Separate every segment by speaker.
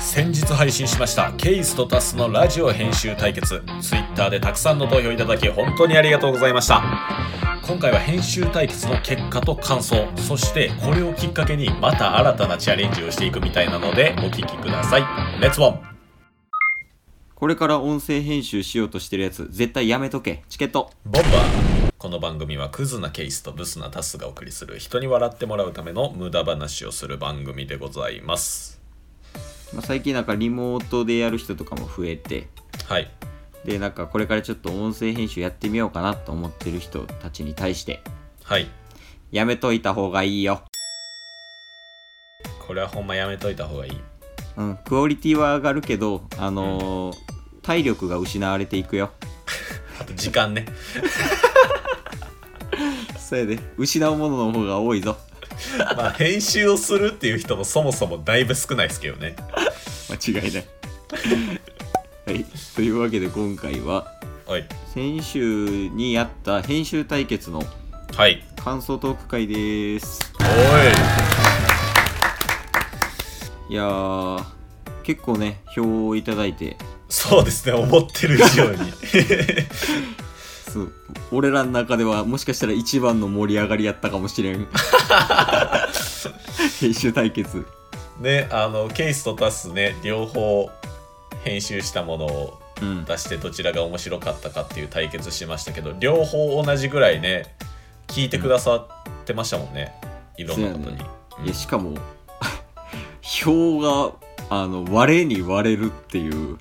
Speaker 1: 先日配信しましたケイスとタスのラジオ編集対決 Twitter でたくさんの投票いただき本当にありがとうございました今回は編集対決の結果と感想そしてこれをきっかけにまた新たなチャレンジをしていくみたいなのでお聞きくださいレッツボン
Speaker 2: これから音声編集しようとしてるやつ、絶対やめとけ。チケット。
Speaker 1: ボンバーこの番組はクズなケイスとブスなタスがお送りする人に笑ってもらうための無駄話をする番組でございます
Speaker 2: まあ、最近なんかリモートでやる人とかも増えて、
Speaker 1: はい
Speaker 2: で、なんかこれからちょっと音声編集やってみようかなと思ってる人たちに対して、
Speaker 1: はい
Speaker 2: やめといた方がいいよ。
Speaker 1: これはほんまやめといた方がいい
Speaker 2: うん、クオリティは上がるけど、あのー体力が失われていくよ。
Speaker 1: あと時間ね
Speaker 2: そうやで、失うものの方が多いぞ。
Speaker 1: まあ編集をするっていう人もそもそもだいぶ少ないですけどね
Speaker 2: 間違い ない。はい、というわけで今回は、
Speaker 1: はい
Speaker 2: 先週にやった編集対決の
Speaker 1: はい
Speaker 2: 感想トーク会です。
Speaker 1: おい
Speaker 2: いやー結構ね票をいただいて
Speaker 1: そうですね思ってる以上 に
Speaker 2: そう俺らの中ではもしかしたら一番の盛り上がりやったかもしれ ん編集対決
Speaker 1: ねあのケースとタスね両方編集したものを
Speaker 2: うん
Speaker 1: 出してどちらが面白かったかっていう対決しましたけど両方同じぐらいね聞いてくださってましたもんね、いろんなことに、
Speaker 2: そう
Speaker 1: うん
Speaker 2: いやしかも票があの割れに割れるっていう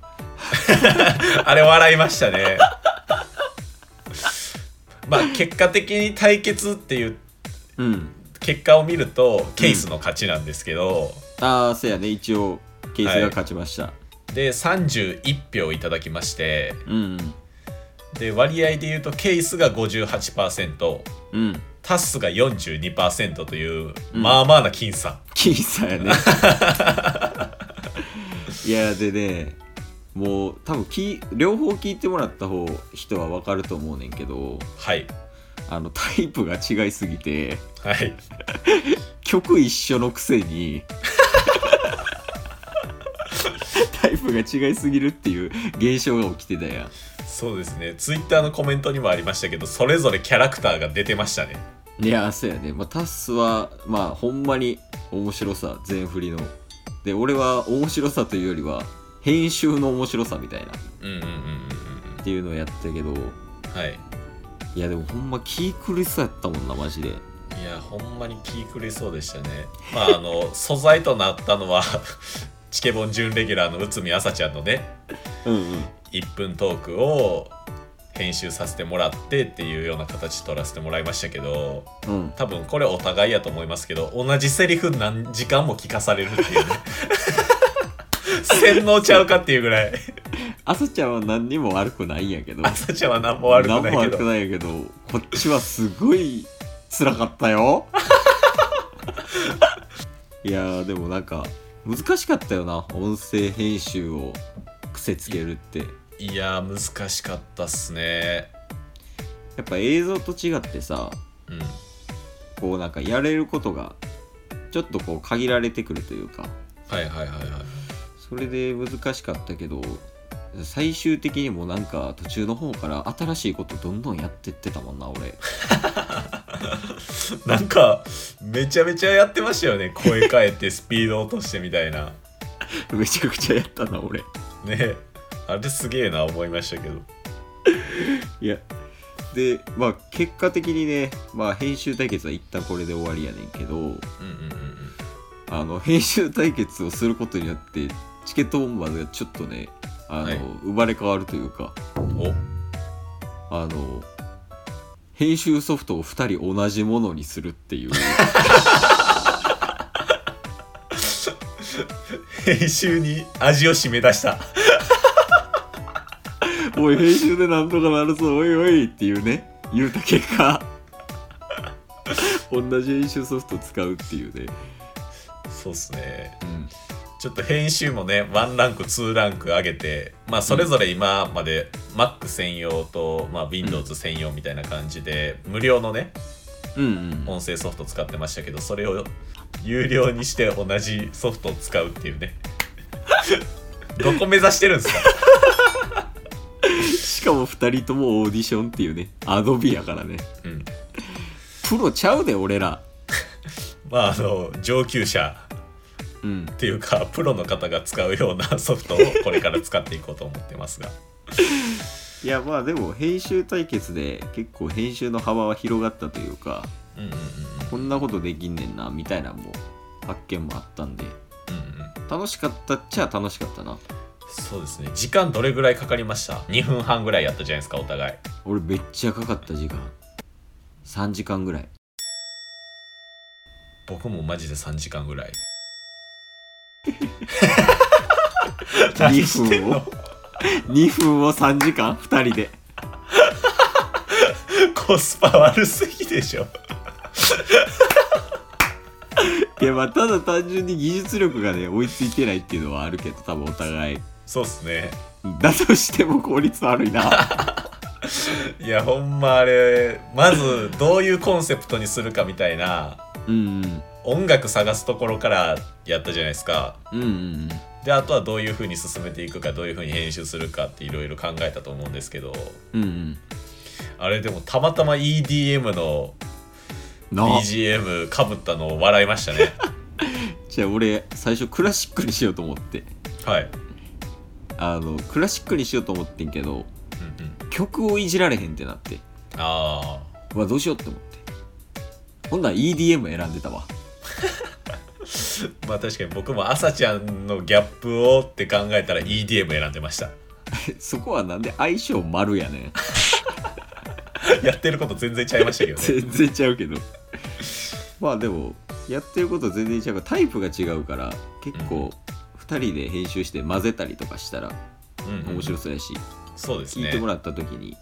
Speaker 1: あれ笑いましたね まあ結果的に対決っていう
Speaker 2: うん
Speaker 1: 結果を見るとケイスの勝ちなんですけど、
Speaker 2: ああそうやね一応ケースが勝ちました、
Speaker 1: で31票いただきまして
Speaker 2: うん
Speaker 1: で割合で言うとケイスが58%
Speaker 2: うんうん
Speaker 1: タッスが42%という、
Speaker 2: うん
Speaker 1: まあまあな僅差
Speaker 2: 僅差やねいやでねもう多分き両方聞いてもらった方人は分かると思うねんけど
Speaker 1: はい
Speaker 2: あのタイプが違いすぎて
Speaker 1: はい
Speaker 2: 曲一緒のくせにタイプが違いすぎるっていう現象が起きてたやん
Speaker 1: そうですねツイッターのコメントにもありましたけどそれぞれキャラクターが出てましたね
Speaker 2: いやそうやね、まあ、タスはまあほんまに面白さ全振りので俺は面白さというよりは編集の面白さみたいな
Speaker 1: うんうんうんうん
Speaker 2: っていうのをやったけど
Speaker 1: うんはい
Speaker 2: いやでもほんま気苦しさやったもんなマジで
Speaker 1: いやほんまに気狂いそうでしたねまああの素材となったのはチケボン準レギュラーの内海朝ちゃんのね
Speaker 2: うんうん
Speaker 1: 1分トークを編集させてもらってっていうような形取らせてもらいましたけど
Speaker 2: うん
Speaker 1: 多分これお互いやと思いますけど同じセリフ何時間も聞かされるって いうね洗脳ちゃうかっていうぐらい
Speaker 2: 朝ちゃんは何にも悪くないんやけど
Speaker 1: 朝ちゃんは何も悪くない
Speaker 2: 何も
Speaker 1: け
Speaker 2: 悪く
Speaker 1: ど
Speaker 2: ないんやけどこっちはすごい辛かっ たよいやーでもなんか難しかったよな音声編集を癖つけるってや
Speaker 1: いやー難しかったっすね
Speaker 2: っぱ映像と違ってさ
Speaker 1: うん
Speaker 2: こうなんかやれることがちょっとこう限られてくるというか
Speaker 1: はいはいはいはい
Speaker 2: それで難しかったけど最終的にもなんか途中の方から新しいことどんどんやってってたもんな俺
Speaker 1: なんかめちゃめちゃやってましたよね声変えてスピード落としてみたいな
Speaker 2: めちゃくちゃやったな俺
Speaker 1: ねあれすげえな思いましたけど
Speaker 2: いやでまあ結果的にね、まあ、編集対決は一旦これで終わりやねんけど
Speaker 1: うんうんうんうん
Speaker 2: あの 編集対決をすることによってチケットボンバーがちょっとねあの、
Speaker 1: はい
Speaker 2: 生まれ変わるというか
Speaker 1: お
Speaker 2: あの編集ソフトを2人同じものにするっていう
Speaker 1: 編集に味を締め出した
Speaker 2: おい編集でなんとかなるぞおいおいっていうね言うた結 果同じ編集ソフト使うっていうね、
Speaker 1: そうっすねちょっと編集もね1ランク2ランク上げてまあそれぞれ今まで Mac 専用と、まあ、Windows 専用みたいな感じで、無料のね
Speaker 2: うん、うんうん
Speaker 1: 音声ソフト使ってま したけどそれを有料にして同じソフトを使うっていうねどこ目指してるんですか
Speaker 2: しかも2人ともオーディションっていうねアドビやからね
Speaker 1: うん
Speaker 2: プロちゃうで俺ら
Speaker 1: まああの上級者
Speaker 2: うん
Speaker 1: っていうかプロの方が使うようなソフトをこれから使っていこうと思ってますが
Speaker 2: いやまあでも編集対決で結構編集の幅は広がったというか
Speaker 1: うんうんうん
Speaker 2: こんなことできんねんなみたいなもう発見もあったんで
Speaker 1: うんうん
Speaker 2: 楽しかったっちゃ楽しかったな
Speaker 1: そうですね時間どれぐらいかかりました2分半ぐらいやったじゃないですかお互い
Speaker 2: 俺めっちゃかかった時間3時間ぐらい
Speaker 1: 僕もマジで3時間ぐらい何し
Speaker 2: 2
Speaker 1: てん
Speaker 2: 分を
Speaker 1: の
Speaker 2: 2分を3時間2人で
Speaker 1: コスパ悪すぎでしょ
Speaker 2: いやまあただ単純に技術力がね追いついてないっていうのはあるけど多分お互い
Speaker 1: そうっすね
Speaker 2: だとしても効率悪いな
Speaker 1: いやほんまあれまずどういうコンセプトにするかみたいな
Speaker 2: うん
Speaker 1: 音楽探すところからやったじゃないですか
Speaker 2: うんうんうん
Speaker 1: であとはどういう風に進めていくかどういう風に編集するかっていろいろ考えたと思うんですけど
Speaker 2: うんうん
Speaker 1: あれでもたまたま EDM の
Speaker 2: なあ
Speaker 1: BGM かぶったのを笑いました ね
Speaker 2: じゃあ俺最初クラシックにしようと思って
Speaker 1: はい、
Speaker 2: あのクラシックにしようと思ってんけど
Speaker 1: うんうん、
Speaker 2: 曲をいじられへんってなって
Speaker 1: あ
Speaker 2: うわどうしようって思ってほんなら EDM 選んでたわ
Speaker 1: ーまあ確かに僕も朝ちゃんのギャップをって考えたら EDM 選んでました
Speaker 2: そこはなんで相性丸やねん
Speaker 1: やってること全然ちゃいましたけど ね
Speaker 2: 全然ちゃうけどまあでもやってること全然ちゃうからタイプが違うから結構2人で編集して混ぜたりとかしたら
Speaker 1: うんうん
Speaker 2: 面白そうやし、
Speaker 1: そうです
Speaker 2: 聞いて
Speaker 1: ね
Speaker 2: もらった時に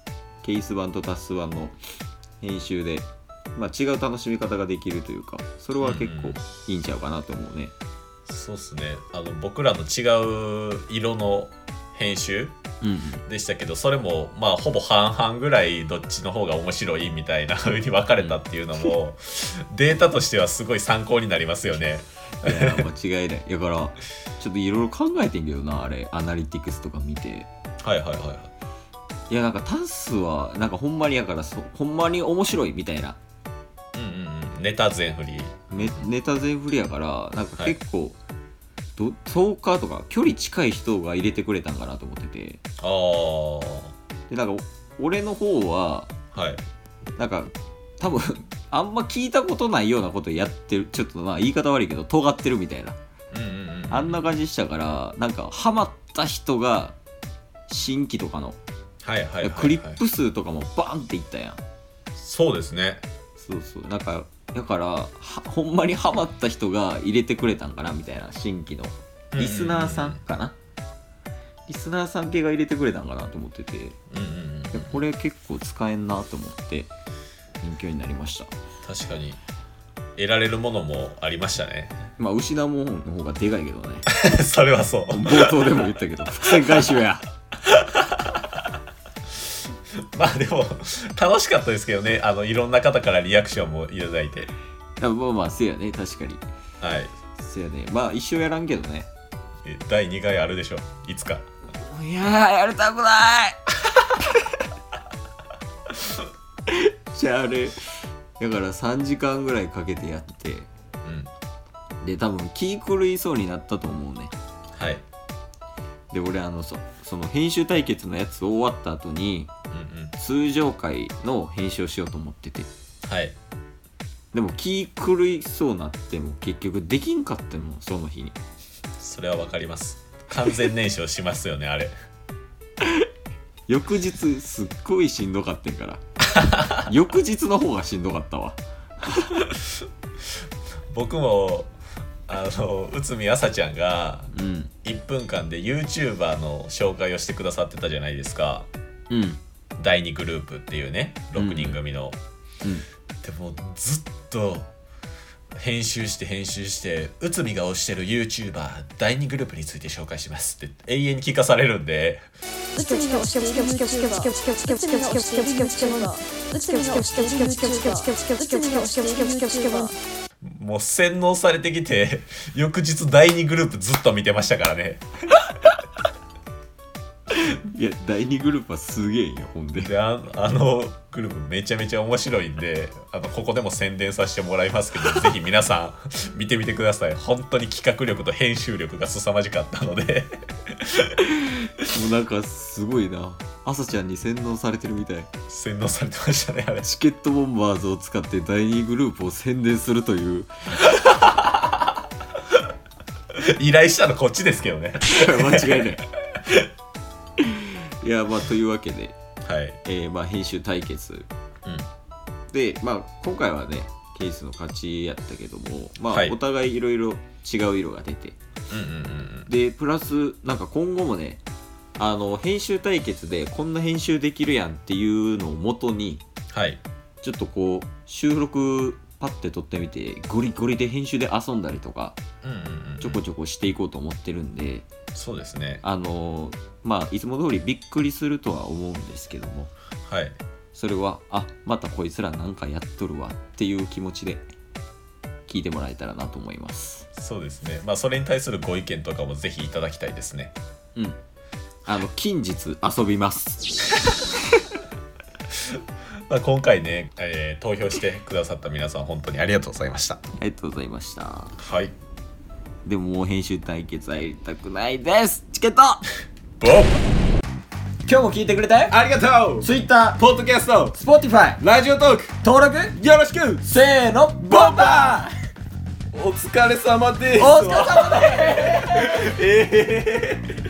Speaker 2: ケース版とタス版の編集で、まあ、違う楽しみ方ができるというかそれは結構いいんちゃうかなと思うね、
Speaker 1: そうですねあの僕らの違う色の編集
Speaker 2: うん
Speaker 1: でしたけどそれもまあほぼ半々ぐらいどっちの方が面白いみたいな風に分かれたっていうの もデータとしてはすごい参考になりますよね
Speaker 2: いや間違いないだからちょっといろいろ考えてんけどなあれアナリティクスとか見て
Speaker 1: はいはいはい
Speaker 2: やなんかタスはなんかほんまにやからそほんまに面白いみたいない
Speaker 1: うんうんうんネタ全振り
Speaker 2: めネタ全振りやからなんか結構、ど遠かとか距離近い人が入れてくれたんかなと思ってて
Speaker 1: ああは
Speaker 2: でなんかお俺の方はいなんか多分 あんま聞いたことないようなことやってるちょっとまあ言い方悪いけど尖ってるみたいな
Speaker 1: うんうんうん
Speaker 2: あんな感じしたからなんかハマった人が新規とかの
Speaker 1: はいはいはい、はい、
Speaker 2: クリップ数とかもバンっていったやん
Speaker 1: そうですね
Speaker 2: そうそうなんかだからはほんまにハマった人が入れてくれたんかなみたいな新規のリスナーさんかな、リスナーさん系が入れてくれたんかなと思っててい
Speaker 1: うんうんうん
Speaker 2: やこれ結構使えんなと思って勉強になりました
Speaker 1: 確かに得られるものもありましたね
Speaker 2: まあ失うもんの方がでかいけ どね
Speaker 1: それはそう
Speaker 2: 冒頭でも言ったけど伏線回収や
Speaker 1: まあでも楽しかったですけどねあのいろんな方からリアクションもいただいて
Speaker 2: まあまあせやね確かに
Speaker 1: はい
Speaker 2: せやねまあ一生やらんけどね
Speaker 1: え第2回あるでしょいつか
Speaker 2: いやーやりたくないじゃああれだから3時間ぐらいかけてやって
Speaker 1: うん
Speaker 2: で多分気狂いそうになったと思うね
Speaker 1: はい
Speaker 2: で俺あのそその編集対決のやつ終わった後に
Speaker 1: うんうん
Speaker 2: 通常回の編集をしようと思ってて
Speaker 1: はい
Speaker 2: でも気狂いそうなっても結局できんかったもんその日に
Speaker 1: それはわかります完全燃焼しますよねあれ
Speaker 2: 翌日すっごいしんどかってんから 翌日の方がしんどかったわ
Speaker 1: 僕もあの内海朝ちゃんが
Speaker 2: うん
Speaker 1: 1分間で YouTuber の紹介をしてくださってたじゃないですか
Speaker 2: うんうん
Speaker 1: 第2グループっていうね6人組の、でもずっと編集して編集して内海が推してる YouTuber 第2グループについて紹介しますって永遠に聞かされるんで
Speaker 3: うつみの推してる YouTuber
Speaker 1: もう洗脳されてきて翌日第2グループずっと見てましたからね
Speaker 2: いや第2グループはすげえんよほんで
Speaker 1: でああのグループめちゃめちゃ面白いんであのここでも宣伝させてもらいますけ どぜひ皆さん見てみてください本当に企画力と編集力が凄まじかったので
Speaker 2: もうなんかすごいな朝ちゃんに洗脳されてるみたい
Speaker 1: 洗脳されてましたねあれ
Speaker 2: チケットボンバーズを使って第2グループを宣伝するという
Speaker 1: 依頼したのこっちですけどね
Speaker 2: 間違いない いやまあというわけで、
Speaker 1: はい
Speaker 2: えーまあ、編集対決
Speaker 1: うん
Speaker 2: で、まあ、今回はねケースの勝ちやったけども、まあ
Speaker 1: はい
Speaker 2: お互いいろいろ違う色が出て
Speaker 1: うんうんうん
Speaker 2: でプラスなんか今後もねあの編集対決でこんな編集できるやんっていうのを元に
Speaker 1: はい
Speaker 2: ちょっとこう収録パッて撮ってみてゴリゴリで編集で遊んだりとか
Speaker 1: うんうんうん
Speaker 2: ちょこちょこしていこうと思ってるんで
Speaker 1: そうですね
Speaker 2: あのまあいつも通りびっくりするとは思うんですけども
Speaker 1: はい
Speaker 2: それはあまたこいつらなんかやっとるわっていう気持ちで聞いてもらえたらなと思います
Speaker 1: そうですねまあそれに対するご意見とかもぜひいただきたいですね
Speaker 2: うんあの近日遊びます
Speaker 1: まあ、今回ね、えー投票してくださった皆さん本当にありがとうございました
Speaker 2: ありがとうございました
Speaker 1: はい
Speaker 2: でももう編集対決はやりたくないですチケット
Speaker 1: ボン
Speaker 2: 今日も聞いてくれたよ
Speaker 1: ありがとう
Speaker 2: Twitter、
Speaker 1: ポッドキャスト
Speaker 2: Spotify
Speaker 1: ラジオトーク
Speaker 2: 登録
Speaker 1: よろしく
Speaker 2: せーのボンバー
Speaker 1: お疲れ様です
Speaker 2: お疲れ様です
Speaker 1: えー